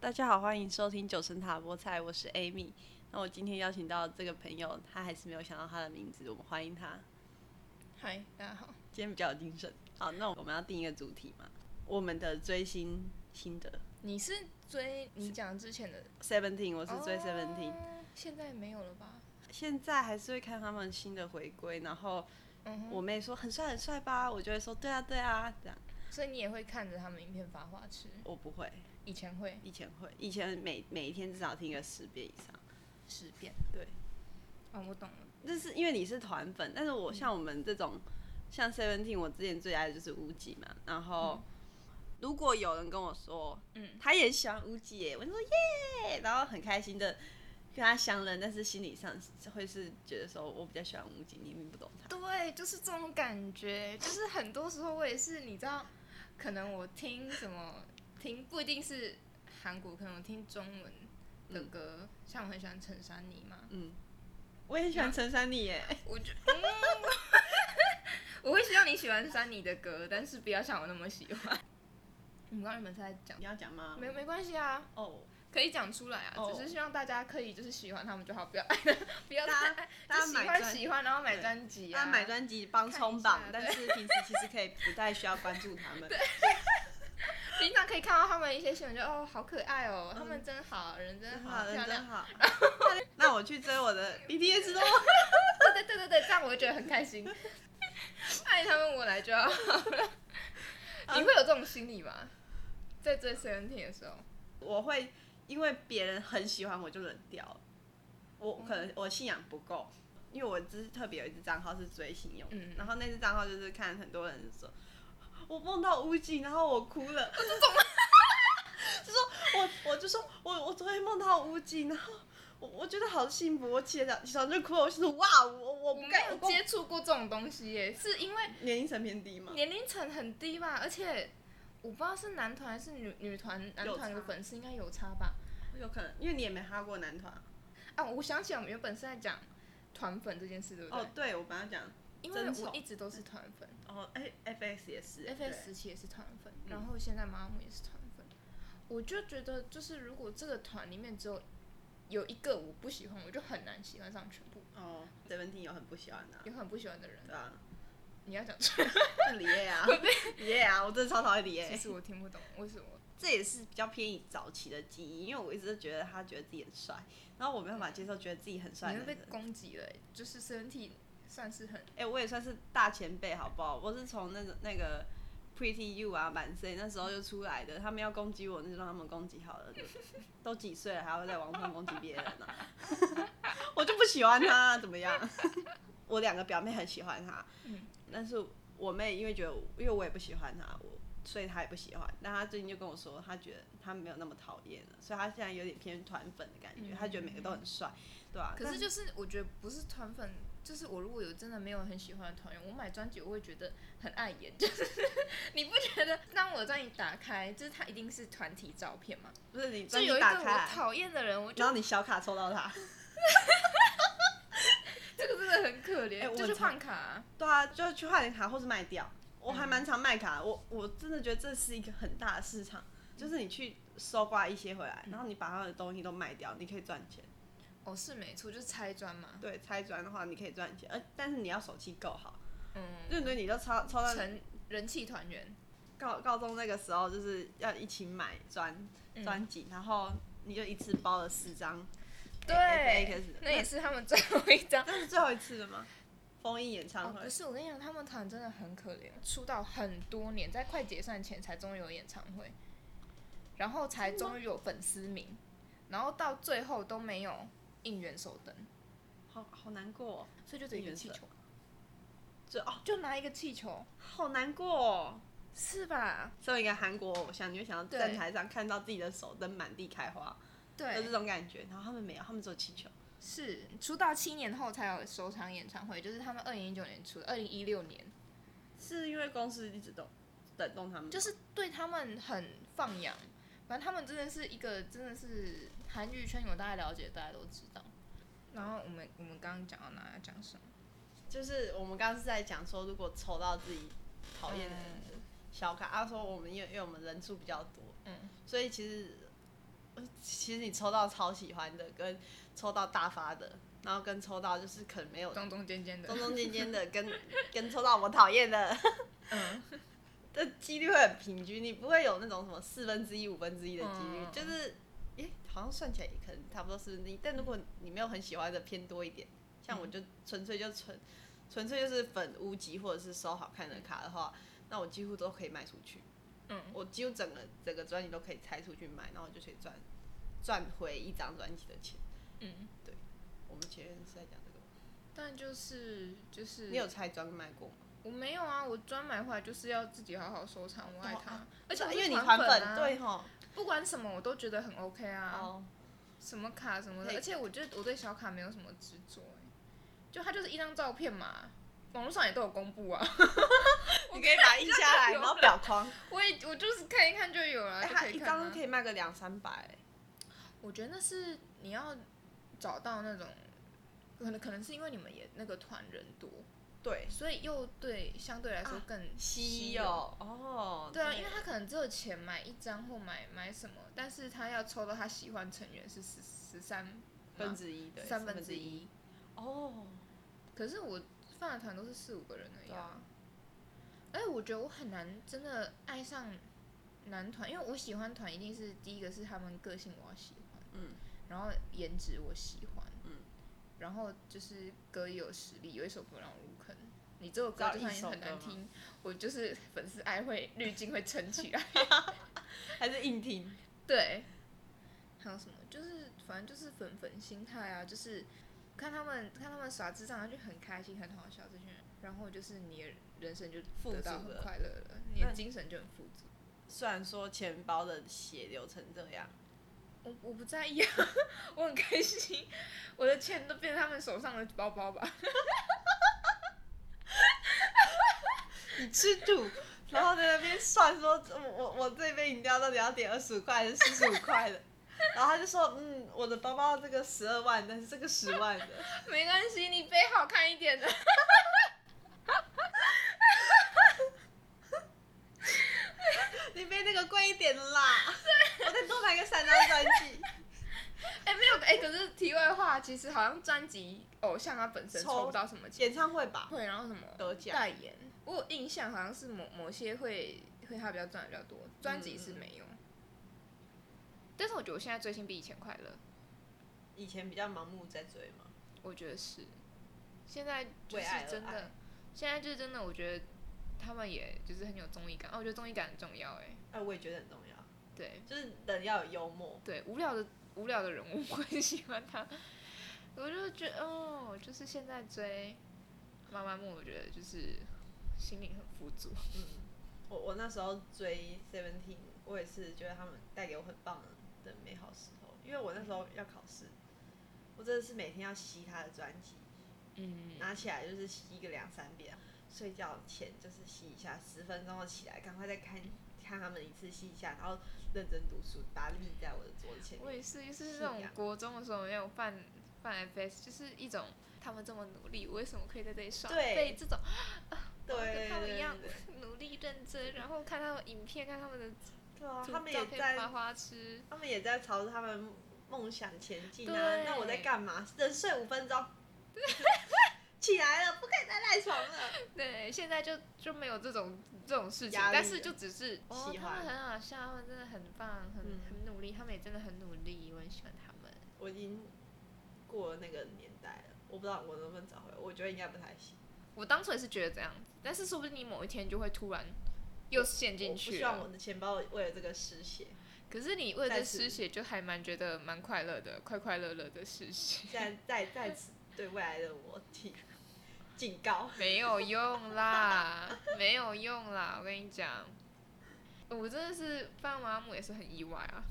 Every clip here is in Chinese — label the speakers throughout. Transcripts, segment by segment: Speaker 1: 大家好，欢迎收听九层塔菠菜，我是 Amy。那我今天邀请到这个朋友，他还是没有想到他的名字，我们欢迎他。
Speaker 2: 嗨，大家好。
Speaker 1: 今天比较有精神。好，那我们要定一个主题嘛，我们的追星心得。
Speaker 2: 你是追你讲之前的？
Speaker 1: Seventeen，我是追 Seventeen，、
Speaker 2: 哦现在没有了吧？
Speaker 1: 现在还是会看他们新的回归，然后
Speaker 2: 嗯哼，
Speaker 1: 我妹说很帅很帅吧，我就会说对啊对啊这样。
Speaker 2: 所以你也会看着他们影片发花痴？
Speaker 1: 我不会，
Speaker 2: 以前会
Speaker 1: 以前会，以前每每一天至少听个十遍以上。
Speaker 2: 十遍。
Speaker 1: 对。
Speaker 2: 哦，我懂了。
Speaker 1: 但是因为你是团粉，但是我
Speaker 2: 嗯
Speaker 1: 像我们这种，像 Seventeen，我之前最爱的就是乌吉嘛。然后、如果有人跟我说，
Speaker 2: 嗯，
Speaker 1: 他也喜欢乌吉耶，我就说耶，然后很开心的跟他相认，但是心理上会是觉得说我比较喜欢乌吉，你明不懂他。
Speaker 2: 对，就是这种感觉，就是很多时候我也是，你知道，可能我听什么听不一定是韩国，可能我听中文的歌，像我很喜欢陈珊妮嘛，
Speaker 1: 嗯，我也很喜
Speaker 2: 嗯
Speaker 1: 欢陈珊妮耶，
Speaker 2: 我就，嗯、 我会希望你喜欢珊妮的歌，但是不要像我那么喜欢。你们刚原本是在讲，
Speaker 1: 你要讲吗？
Speaker 2: 没没关系啊，
Speaker 1: 哦，
Speaker 2: 可以讲出来啊
Speaker 1: 哦
Speaker 2: 只是希望大家可以就是喜欢他们就好，不要 不要
Speaker 1: 大
Speaker 2: 太
Speaker 1: 大家
Speaker 2: 就喜
Speaker 1: 买
Speaker 2: 欢
Speaker 1: 专
Speaker 2: 喜欢，然后买
Speaker 1: 对
Speaker 2: 专辑啊，
Speaker 1: 他买专辑帮冲榜，
Speaker 2: 看
Speaker 1: 但
Speaker 2: 一下
Speaker 1: 是平时其实可以不太需要关注他 们。
Speaker 2: 平常可以看到他们一些新闻，就哦好可爱哦，
Speaker 1: 嗯
Speaker 2: 他们真好，人真
Speaker 1: 真
Speaker 2: 好
Speaker 1: 好，
Speaker 2: 漂
Speaker 1: 人真
Speaker 2: 亮，
Speaker 1: 好。 那我去追我的 BTS 喽。
Speaker 2: 对对对对对，这样我会觉得很 开心。爱他们我来就好了。你会有这种心理吗？在追 Seventeen 的时候，
Speaker 1: 我会因为别人很喜欢我就冷掉了，
Speaker 2: 嗯
Speaker 1: 我可能我信仰不够，因为我只是特别有一只账号是追星用的，
Speaker 2: 嗯
Speaker 1: 然后那只账号就是看很多人说，我梦到乌井，然后我哭了， 我就说，我 我就说我我昨天梦到乌井，然后我我觉得好幸福，我起来起床就哭了，我就说哇，我我
Speaker 2: 我
Speaker 1: 不
Speaker 2: 没
Speaker 1: 该
Speaker 2: 有
Speaker 1: 我
Speaker 2: 接触过这种东西耶，是因为
Speaker 1: 年龄层偏低嘛，
Speaker 2: 年龄层很低吧，而且我不知道是男团还是女女团，男团
Speaker 1: 有
Speaker 2: 的
Speaker 1: 差
Speaker 2: 粉丝应该有差吧？
Speaker 1: 有可能因为你也没哈过男团，
Speaker 2: 啊，我想起来我们原本是在讲团粉这件事，对不对？
Speaker 1: 哦，对我本来讲，
Speaker 2: 因为
Speaker 1: 真丑
Speaker 2: 我一直都是团粉
Speaker 1: 哦，哎，FX 也是
Speaker 2: ，F
Speaker 1: 对
Speaker 2: S 时期也是团粉，
Speaker 1: 嗯
Speaker 2: 然后现在妈妈也是团粉，我就觉得就是如果这个团里面只有有一个我不喜欢，我就很难喜欢上全部，
Speaker 1: 哦，Seventeen 有很不喜 欢的、啊，
Speaker 2: 有很不喜欢的人，
Speaker 1: 对啊。
Speaker 2: 你要讲出来，
Speaker 1: 是李烨啊， 李烨啊，我真的超讨厌李
Speaker 2: 其
Speaker 1: 烨。
Speaker 2: 实我听不懂为什么。
Speaker 1: 这也是比较偏于早期的记忆，因为我一直都觉得他觉得自己很帅，然后我没有办法接受觉得自己很帅
Speaker 2: 你
Speaker 1: 的
Speaker 2: 会被
Speaker 1: 人。
Speaker 2: 攻击了欸，就是身体算是很
Speaker 1: 哎、我也算是大前辈好不好？我是从那个那个 Pretty You 啊、满 C 那时候就出来的，他们要攻击我，那就让他们攻击好了。对不对都几岁了，还会在网上攻击别人呢、 我就不喜欢他、啊怎么样？ 我两个表妹很喜欢他，
Speaker 2: 嗯
Speaker 1: 但是我妹因为觉得，因为我也不喜欢她，我所以她也不喜欢。但她最近就跟我说，她觉得她没有那么讨厌了，所以她现在有点偏团粉的感觉，
Speaker 2: 嗯
Speaker 1: 她觉得每个都很帅，对吧、
Speaker 2: 可是就是我觉得不是团粉，就是我如果有真的没有很喜欢的团员，我买专辑我会觉得很碍眼， 就是你不觉得？当我的专辑打开，就是它一定是团体照片嘛，
Speaker 1: 但不是你
Speaker 2: 就
Speaker 1: 专辑
Speaker 2: 有一个
Speaker 1: 打
Speaker 2: 我
Speaker 1: 开，
Speaker 2: 讨厌的人，我就
Speaker 1: 然后你小卡抽到他，
Speaker 2: 这个真的很可怜，
Speaker 1: 哎我
Speaker 2: 就是
Speaker 1: 操
Speaker 2: 换卡啊、
Speaker 1: 对啊，就去换点卡或是卖掉。我还
Speaker 2: 嗯
Speaker 1: 蛮常卖卡的，我我真的觉得这是一个很大的市场，就是你去搜刮一些回来，然后你把他的东西都卖掉，你可以赚钱。
Speaker 2: 哦是没错，就是拆专嘛，
Speaker 1: 对，拆砖的话你可以赚钱，而呃但是你要手气够好。
Speaker 2: 嗯，
Speaker 1: 对对，你都超超到
Speaker 2: 成人气团员，
Speaker 1: 高高中那个时候，就是要一起买专
Speaker 2: 嗯
Speaker 1: 专辑，然后你就一次包了四张，哎
Speaker 2: 对
Speaker 1: FX，
Speaker 2: 那也是他们最后一张。
Speaker 1: 那是最后一次了吗？封印演
Speaker 2: 哦
Speaker 1: 唱，会
Speaker 2: 不，是，我跟你讲，他们团真的很可怜，出道很多年，在快解散前才终于有演唱会，然后才终于有粉丝名，然后到最后都没有应援手灯，
Speaker 1: 好好难过、哦，
Speaker 2: 所以就只有一个气
Speaker 1: 应援
Speaker 2: 球，
Speaker 1: 这哦
Speaker 2: 就拿一个气球，
Speaker 1: 好难过、哦。
Speaker 2: 是吧？
Speaker 1: 作为一个韩国偶像，你就想到
Speaker 2: 对
Speaker 1: 站台上看到自己的手灯满地开花，就这
Speaker 2: 对，
Speaker 1: 种感觉。然后他们没有，他们只有气球。
Speaker 2: 是出道七年后才有首场演唱会，就是他们二零一九年出的，二零一六年，
Speaker 1: 是因为公司一直都等动他们，
Speaker 2: 就是对他们很放养，反正他们真的是一个真的是韩娱圈有大家了解，大家都知道。然后我们我们刚刚讲到哪要讲什么？
Speaker 1: 就是我们刚刚是在讲说，如果抽到自己讨厌的人啊
Speaker 2: 嗯
Speaker 1: 的小卡，他、说我们因为因为我们人数比较多，
Speaker 2: 嗯，
Speaker 1: 所以其实呃其实你抽到超喜欢的，跟抽到大发的，然后跟抽到就是可能没有
Speaker 2: 中中间间的
Speaker 1: 中，中间间的，跟 跟抽到我讨厌的，
Speaker 2: 嗯，
Speaker 1: 的几率会很平均，你不会有那种什么四分之一、五分之一的几率，
Speaker 2: 嗯
Speaker 1: 就是，诶、好像算起来也可能差不多四分之一。但如果你没有很喜欢的，偏多一点，像
Speaker 2: 嗯
Speaker 1: 我就纯粹就纯纯粹就是粉乌级或者是收好看的卡的话，那我几乎都可以卖出去。
Speaker 2: 嗯，
Speaker 1: 我几乎整个整个专辑都可以拆出去卖，然后我就可以赚赚回一张专辑的钱。
Speaker 2: 嗯，
Speaker 1: 我们前面是在讲这个吗，
Speaker 2: 但就是就是
Speaker 1: 你有拆专卖过吗？
Speaker 2: 我没有啊，我专买回来就是要自己好好收藏，我爱它，而且我
Speaker 1: 因为
Speaker 2: 是
Speaker 1: 你
Speaker 2: 团
Speaker 1: 粉、
Speaker 2: 啊，
Speaker 1: 对吼，
Speaker 2: 不管什么我都觉得很 OK 啊，
Speaker 1: 哦，
Speaker 2: 什么卡什么的，
Speaker 1: 可以
Speaker 2: 而且我觉得我对小卡没有什么执着、欸，就它就是一张照片嘛，网络上也都有公布啊，
Speaker 1: 你可以把它印下来，
Speaker 2: 有
Speaker 1: 然后裱框。
Speaker 2: 我也我就是看一看就有了，
Speaker 1: 哎，
Speaker 2: 就
Speaker 1: 它
Speaker 2: 可
Speaker 1: 一
Speaker 2: 以看、
Speaker 1: 张
Speaker 2: 啊
Speaker 1: 可。以卖个两三百，
Speaker 2: 我觉得那是你要找到那种，可能可能是因为你们也那个团人多，
Speaker 1: 对，
Speaker 2: 所以又对相对来说更、
Speaker 1: 稀有
Speaker 2: 啊有。
Speaker 1: 哦，
Speaker 2: 对啊，
Speaker 1: 对
Speaker 2: 因为他可能只有钱买一张或买买什么，但是他要抽到他喜欢成员是十十三
Speaker 1: 分之一，对，
Speaker 2: 三
Speaker 1: 分
Speaker 2: 分之
Speaker 1: 一，
Speaker 2: 一，
Speaker 1: 哦，
Speaker 2: 可是我放的团都是四五个人而已
Speaker 1: 对啊，
Speaker 2: 而且我觉得我很难真的爱上男团，因为我喜欢团一定是第一个是他们个性我要喜欢，
Speaker 1: 嗯，
Speaker 2: 然后颜值我喜欢，
Speaker 1: 嗯，
Speaker 2: 然后就是歌也有实力，有一首歌让我入坑。你这首
Speaker 1: 只要
Speaker 2: 歌就算
Speaker 1: 一首
Speaker 2: 很难
Speaker 1: 歌吗
Speaker 2: 听，我就是粉丝爱会滤镜会撑起来。
Speaker 1: 还是硬听，
Speaker 2: 对，还有什么？就是反正就是粉粉心态啊，就是看他们看他们耍智障，就很开心，很好笑这群人。然后就是你的人生就
Speaker 1: 富
Speaker 2: 得到
Speaker 1: 足
Speaker 2: 很
Speaker 1: 了
Speaker 2: 快乐了，你的
Speaker 1: 那
Speaker 2: 精神就很富足。
Speaker 1: 虽然说钱包的血流成这样，
Speaker 2: 我我不在意啊， 我很开心，我的钱都变成他们手上的包包吧。
Speaker 1: 你吃土，然后在那边算说，我我我这杯饮料到底要点二十五块还是四十五块的？然后他就说，嗯，我的包包这个十二万的，这个十万的，
Speaker 2: 没关系，你背好看一点的。
Speaker 1: 你背那个贵一点的啦， 我再多买个三张专辑。
Speaker 2: 哎、没有哎、可是题外话，其实好像专辑偶像他本身
Speaker 1: 抽
Speaker 2: 抽不到什么钱，
Speaker 1: 演唱会吧，
Speaker 2: 会然后什么
Speaker 1: 啊得奖
Speaker 2: 代言，我有印象好像是某某些会会他比较赚的比较多，专辑
Speaker 1: 嗯
Speaker 2: 是没有。但是我觉得我现在追星比以前快乐，
Speaker 1: 以前比较盲目在追嘛，
Speaker 2: 我觉得是。现在就
Speaker 1: 为
Speaker 2: 是
Speaker 1: 爱而
Speaker 2: 真
Speaker 1: 爱
Speaker 2: 的，现在就是真的，我觉得他们也就是很有综艺感。哦，我觉得综艺感很重要哎、
Speaker 1: 哎、我也觉得很重要，
Speaker 2: 对
Speaker 1: 就是人要有幽默，
Speaker 2: 对，无聊的无聊的人我不会 喜欢他，我就觉得哦，就是现在追妈妈木，我觉得就是心灵很富足。
Speaker 1: 我我那时候追 Seventeen，我也是觉得他们带给我很棒的美好时候，因为我那时候要考试，我真的是每天要吸他的专辑，
Speaker 2: 嗯，
Speaker 1: 拿起来就是吸个两三遍，睡觉前就是吸一下，十分钟后起来，赶快再看看他们一次吸一下，然后认真读书，把它立在我的桌前
Speaker 2: 我也是，就是
Speaker 1: 是
Speaker 2: 那种
Speaker 1: 呀
Speaker 2: 国中的时候没有办办 FS，就是一种他们这么努力，我为什么可以在这里耍
Speaker 1: 对
Speaker 2: 废？这种我要
Speaker 1: 对
Speaker 2: 跟他们一样
Speaker 1: 对对
Speaker 2: 努力认真，然后看他们影片，看他们的
Speaker 1: 对啊，
Speaker 2: 图
Speaker 1: 他们
Speaker 2: 照
Speaker 1: 也
Speaker 2: 片
Speaker 1: 在
Speaker 2: 花花痴。
Speaker 1: 他们也在朝着他们梦想前进啊
Speaker 2: 对！
Speaker 1: 那我在干嘛？人睡五分 钟，起来了，不可以再赖床了。
Speaker 2: 对，现在就就没有这种这种事情
Speaker 1: 压，力
Speaker 2: 但是
Speaker 1: 了
Speaker 2: 就只是哦
Speaker 1: 喜，
Speaker 2: 他
Speaker 1: 欢
Speaker 2: 们很好笑，他们真的很棒，很、
Speaker 1: 嗯
Speaker 2: 很努力，他们也真的很努力，我很喜欢他们。
Speaker 1: 我已经过了那个年代了，我不知道我能不能找回来，我觉得应该不太行。
Speaker 2: 我当初也是觉得这样子，但是说不定你某一天就会突然又陷
Speaker 1: 我
Speaker 2: 进
Speaker 1: 不
Speaker 2: 去
Speaker 1: 希望
Speaker 2: 了。
Speaker 1: 我的钱包为了这个失血，
Speaker 2: 可是你为了
Speaker 1: 再
Speaker 2: 这
Speaker 1: 次
Speaker 2: 失血，就还蛮觉得蛮快乐的，快快乐乐的失血。
Speaker 1: 现在在在此对未来的我提警告。
Speaker 2: 没有用啦， 没有用啦，我跟你讲，我真的是办妈姆也是很意外啊，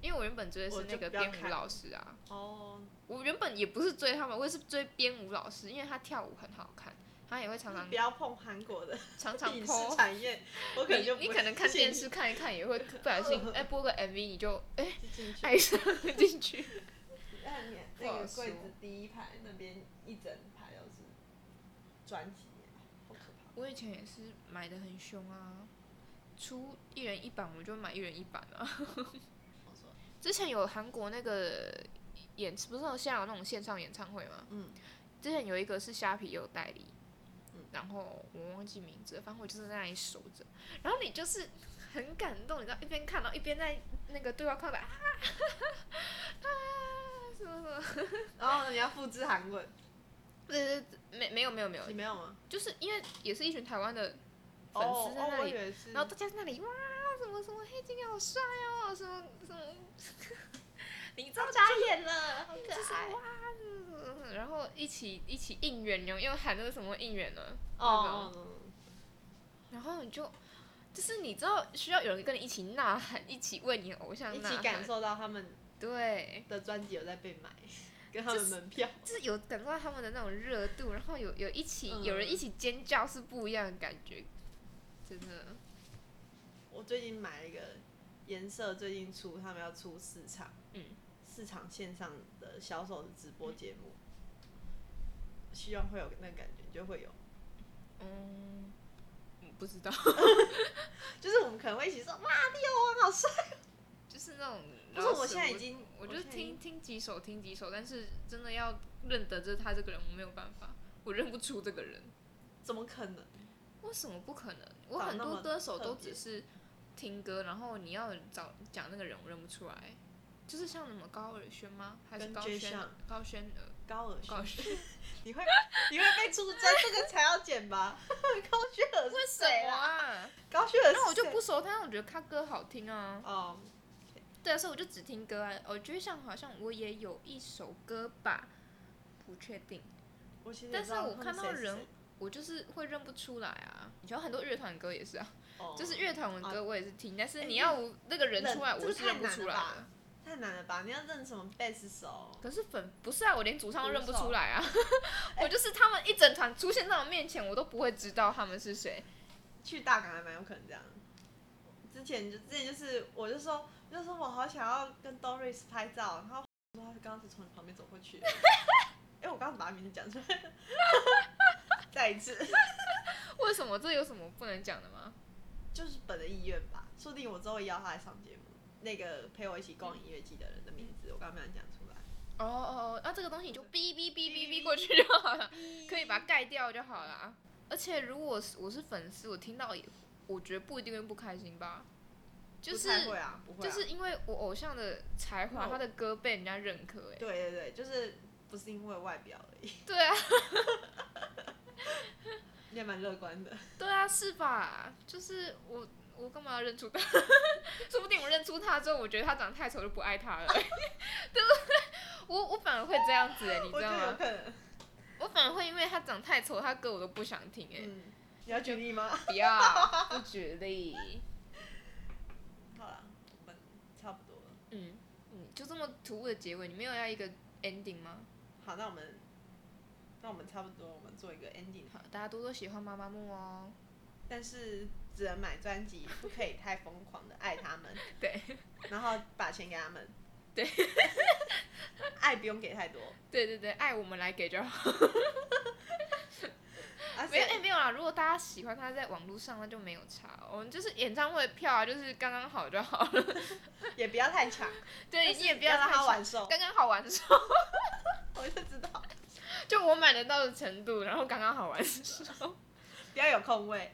Speaker 2: 因为我原本追的
Speaker 1: 我
Speaker 2: 是
Speaker 1: 就
Speaker 2: 那个
Speaker 1: 不要
Speaker 2: 编舞
Speaker 1: 看
Speaker 2: 老师啊，
Speaker 1: 哦，
Speaker 2: 我原本也不是追他们，我也是追编舞老师，因为他跳舞很好看，他也会常常
Speaker 1: 不要碰韩国的
Speaker 2: 常常
Speaker 1: 影视
Speaker 2: po。
Speaker 1: 产业，我可能就
Speaker 2: 你你可能看电
Speaker 1: 视
Speaker 2: 视看一看，也会不 小心哎播个 MV，你就哎
Speaker 1: 进去。
Speaker 2: 爱上 进去。
Speaker 1: 那你
Speaker 2: 不
Speaker 1: 那
Speaker 2: 好
Speaker 1: 个柜
Speaker 2: 说
Speaker 1: 子第一排那边一整排都是专辑耶，好可怕！
Speaker 2: 我以前也是买的很凶啊，出一人一版我就买一人一版啊。
Speaker 1: 我说
Speaker 2: 之前有韩国那个演，不是有现在有那种线上演唱会吗？
Speaker 1: 嗯，
Speaker 2: 之前有一个是虾皮也有代理，然后我忘记名字了，反正我就是在那里守着，然后你就是很感动，你知道一边看到一边在那个对话框打啊啊什 么什么，
Speaker 1: 然后呢你要复制韩文，
Speaker 2: 对对对，没没有没有没有
Speaker 1: 你，没有吗？
Speaker 2: 就是因为也是一群台湾的粉
Speaker 1: 哦
Speaker 2: 丝在
Speaker 1: 哦，
Speaker 2: 那
Speaker 1: 我
Speaker 2: 里
Speaker 1: 以，为是，
Speaker 2: 然后大家在那里哇，什么什么黑金好帅哦，什么什么，你知道
Speaker 1: 眨眼了，好
Speaker 2: 就是哇，嗯然后一起一起应援，然后又喊那个什么应援呢？
Speaker 1: 哦，嗯
Speaker 2: 然后你就就是你知道需要有人跟你一起呐喊，一起为你的偶像
Speaker 1: 一
Speaker 2: 呐
Speaker 1: 起
Speaker 2: 喊，
Speaker 1: 感受到他们
Speaker 2: 对，
Speaker 1: 的专辑有在被买，跟他们门票。
Speaker 2: 就是有感受到他们的那种热度，然后有有一起、有人
Speaker 1: 嗯
Speaker 2: 一起尖叫是不一样的感觉，真的。
Speaker 1: 我最近买了一个颜色，最近出他们要出市场，
Speaker 2: 嗯，
Speaker 1: 市场线上的销售的直播节目，希望会有那感觉，就会有，
Speaker 2: 嗯，嗯不知道，
Speaker 1: 就是我们可能会一起说哇，李友文好帅，
Speaker 2: 就是那种。
Speaker 1: 不是我现在已经，
Speaker 2: 我就
Speaker 1: 现在已经
Speaker 2: 听听几首，听几首，但是真的要认得这他这个人，我没有办法，我认不出这个人。
Speaker 1: 怎么可能？
Speaker 2: 为什么不可能？我
Speaker 1: 找
Speaker 2: 很
Speaker 1: 那
Speaker 2: 多
Speaker 1: 么
Speaker 2: 歌手
Speaker 1: 特
Speaker 2: 都
Speaker 1: 别
Speaker 2: 只是听歌，然后你要找讲那个人，我认不出来。就是像什么高尔宣吗？还是
Speaker 1: 跟
Speaker 2: 高
Speaker 1: Jay
Speaker 2: 轩
Speaker 1: 像？
Speaker 2: 高轩呃，
Speaker 1: 高尔
Speaker 2: 高
Speaker 1: 宣，
Speaker 2: 轩？
Speaker 1: 你会你会被出征，这个才要剪吧？ 高雪尔
Speaker 2: 为
Speaker 1: 是
Speaker 2: 什
Speaker 1: 谁
Speaker 2: 么
Speaker 1: 啦？
Speaker 2: 啊？
Speaker 1: 高雪尔是谁，
Speaker 2: 那我就不熟他，但我觉得他歌好听啊。
Speaker 1: 哦，
Speaker 2: 对啊，所以我就只听歌啊。我觉得像好像我也有一首歌吧，不确定。
Speaker 1: 我其实
Speaker 2: 但
Speaker 1: 也不知
Speaker 2: 是
Speaker 1: 道
Speaker 2: 我
Speaker 1: 他们
Speaker 2: 看到
Speaker 1: 谁是
Speaker 2: 人
Speaker 1: 谁，
Speaker 2: 我就是会认不出来啊。有很多乐团歌也是啊，
Speaker 1: 哦
Speaker 2: 就是乐团的
Speaker 1: 啊
Speaker 2: 歌我也是听，但是
Speaker 1: 哎
Speaker 2: 你要我那个人
Speaker 1: 认
Speaker 2: 出来，
Speaker 1: 这
Speaker 2: 我
Speaker 1: 个
Speaker 2: 是
Speaker 1: 太
Speaker 2: 认不
Speaker 1: 难
Speaker 2: 出
Speaker 1: 了
Speaker 2: 来
Speaker 1: 吧
Speaker 2: 的。
Speaker 1: 太难了吧？你要认什么贝斯手？
Speaker 2: 可是粉不是啊，我连主唱都
Speaker 1: 鼓
Speaker 2: 认不
Speaker 1: 手
Speaker 2: 出来啊！我就是他们一整团出现在我面前，我都不会知道他们是谁。
Speaker 1: 去大港还蛮有可能这样。之前就之前就是，我就说，我就说我好想要跟 Doris 拍照，然后 我说他刚刚是从你旁边走过 去的，哎、我刚刚把他名字讲出来了，再一次，
Speaker 2: 为什么这有什么不能讲的吗？
Speaker 1: 就是本人意愿吧，说不定我之后会邀他来上节目。那个陪我一起逛音乐季的人的名字，我刚刚没有讲出来。
Speaker 2: 哦哦哦，那这个东西你就哔哔哔哔哔过去就好了，啊可以把它盖掉就好了啊。而且如果是我是粉丝，我听到也，我觉得不一定会不开心吧，就
Speaker 1: 不
Speaker 2: 是
Speaker 1: 太会啊，不会、啊，
Speaker 2: 就是因为我偶像的才华，他的歌被人家认可、哎，
Speaker 1: 对对对，就是不是因为外表而已，
Speaker 2: 对啊，
Speaker 1: 你也蛮乐观的。
Speaker 2: 对啊，是吧？就是我，我干嘛要认出他？ 说不定我认出他之后，我觉得他长得太丑，就不爱他了， 对不对？我我反而会这样子哎、你
Speaker 1: 我
Speaker 2: 知
Speaker 1: 觉
Speaker 2: 道
Speaker 1: 得有
Speaker 2: 吗？
Speaker 1: 可能。
Speaker 2: 我反而会因为他长得太丑，他歌我都不想听哎、
Speaker 1: 嗯，你要举例吗？
Speaker 2: 不要，不举例。
Speaker 1: 好了，我们差不多了。
Speaker 2: 嗯嗯，就这么突兀的结尾，你没有要一个 ending 吗？
Speaker 1: 好，那我们，那我们差不多，我们做一个 ending，
Speaker 2: 好，大家多多喜欢妈妈木哦。
Speaker 1: 但是只能买专辑，不可以太疯狂的爱他们，
Speaker 2: 对
Speaker 1: 然后把钱给他们，
Speaker 2: 对，
Speaker 1: 爱不用给太多，
Speaker 2: 对对对，爱我们来给就好。
Speaker 1: 而
Speaker 2: 没有哎、
Speaker 1: 且
Speaker 2: 没有啦，如果大家喜欢他在网络上，那就没有差。我们就是演唱会的票啊，就是刚刚好就好了。
Speaker 1: 也不要太抢，
Speaker 2: 对，你也不
Speaker 1: 不要让
Speaker 2: 让
Speaker 1: 他玩瘦，
Speaker 2: 刚刚好玩手，
Speaker 1: 我就知道，
Speaker 2: 就我买得到的程度，然后刚刚好玩 手。
Speaker 1: 不要有空位，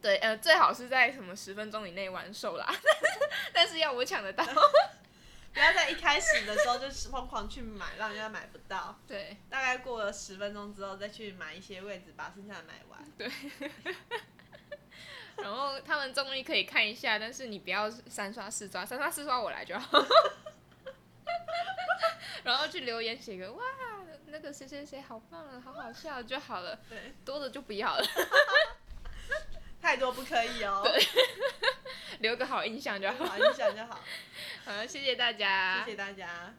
Speaker 2: 对，呃，最好是在什么十分钟以内玩手啦， 但是要我抢得到。
Speaker 1: 不要在一开始的时候就疯狂去买，让人家买不到，
Speaker 2: 对
Speaker 1: 大概过了十分钟之后再去买一些位置，把剩下的买完。
Speaker 2: 对。然后他们综艺可以看一下，但是你不要三刷四刷，三刷四刷我来就好。 然后去留言写个哇，那个谁谁谁好棒啊，好好笑就好了，
Speaker 1: 对，
Speaker 2: 多的就不要了，
Speaker 1: 太多不可以哦，
Speaker 2: 留个好印象就好。
Speaker 1: 好，影响就好。
Speaker 2: 好，谢谢大家，
Speaker 1: 谢谢大家。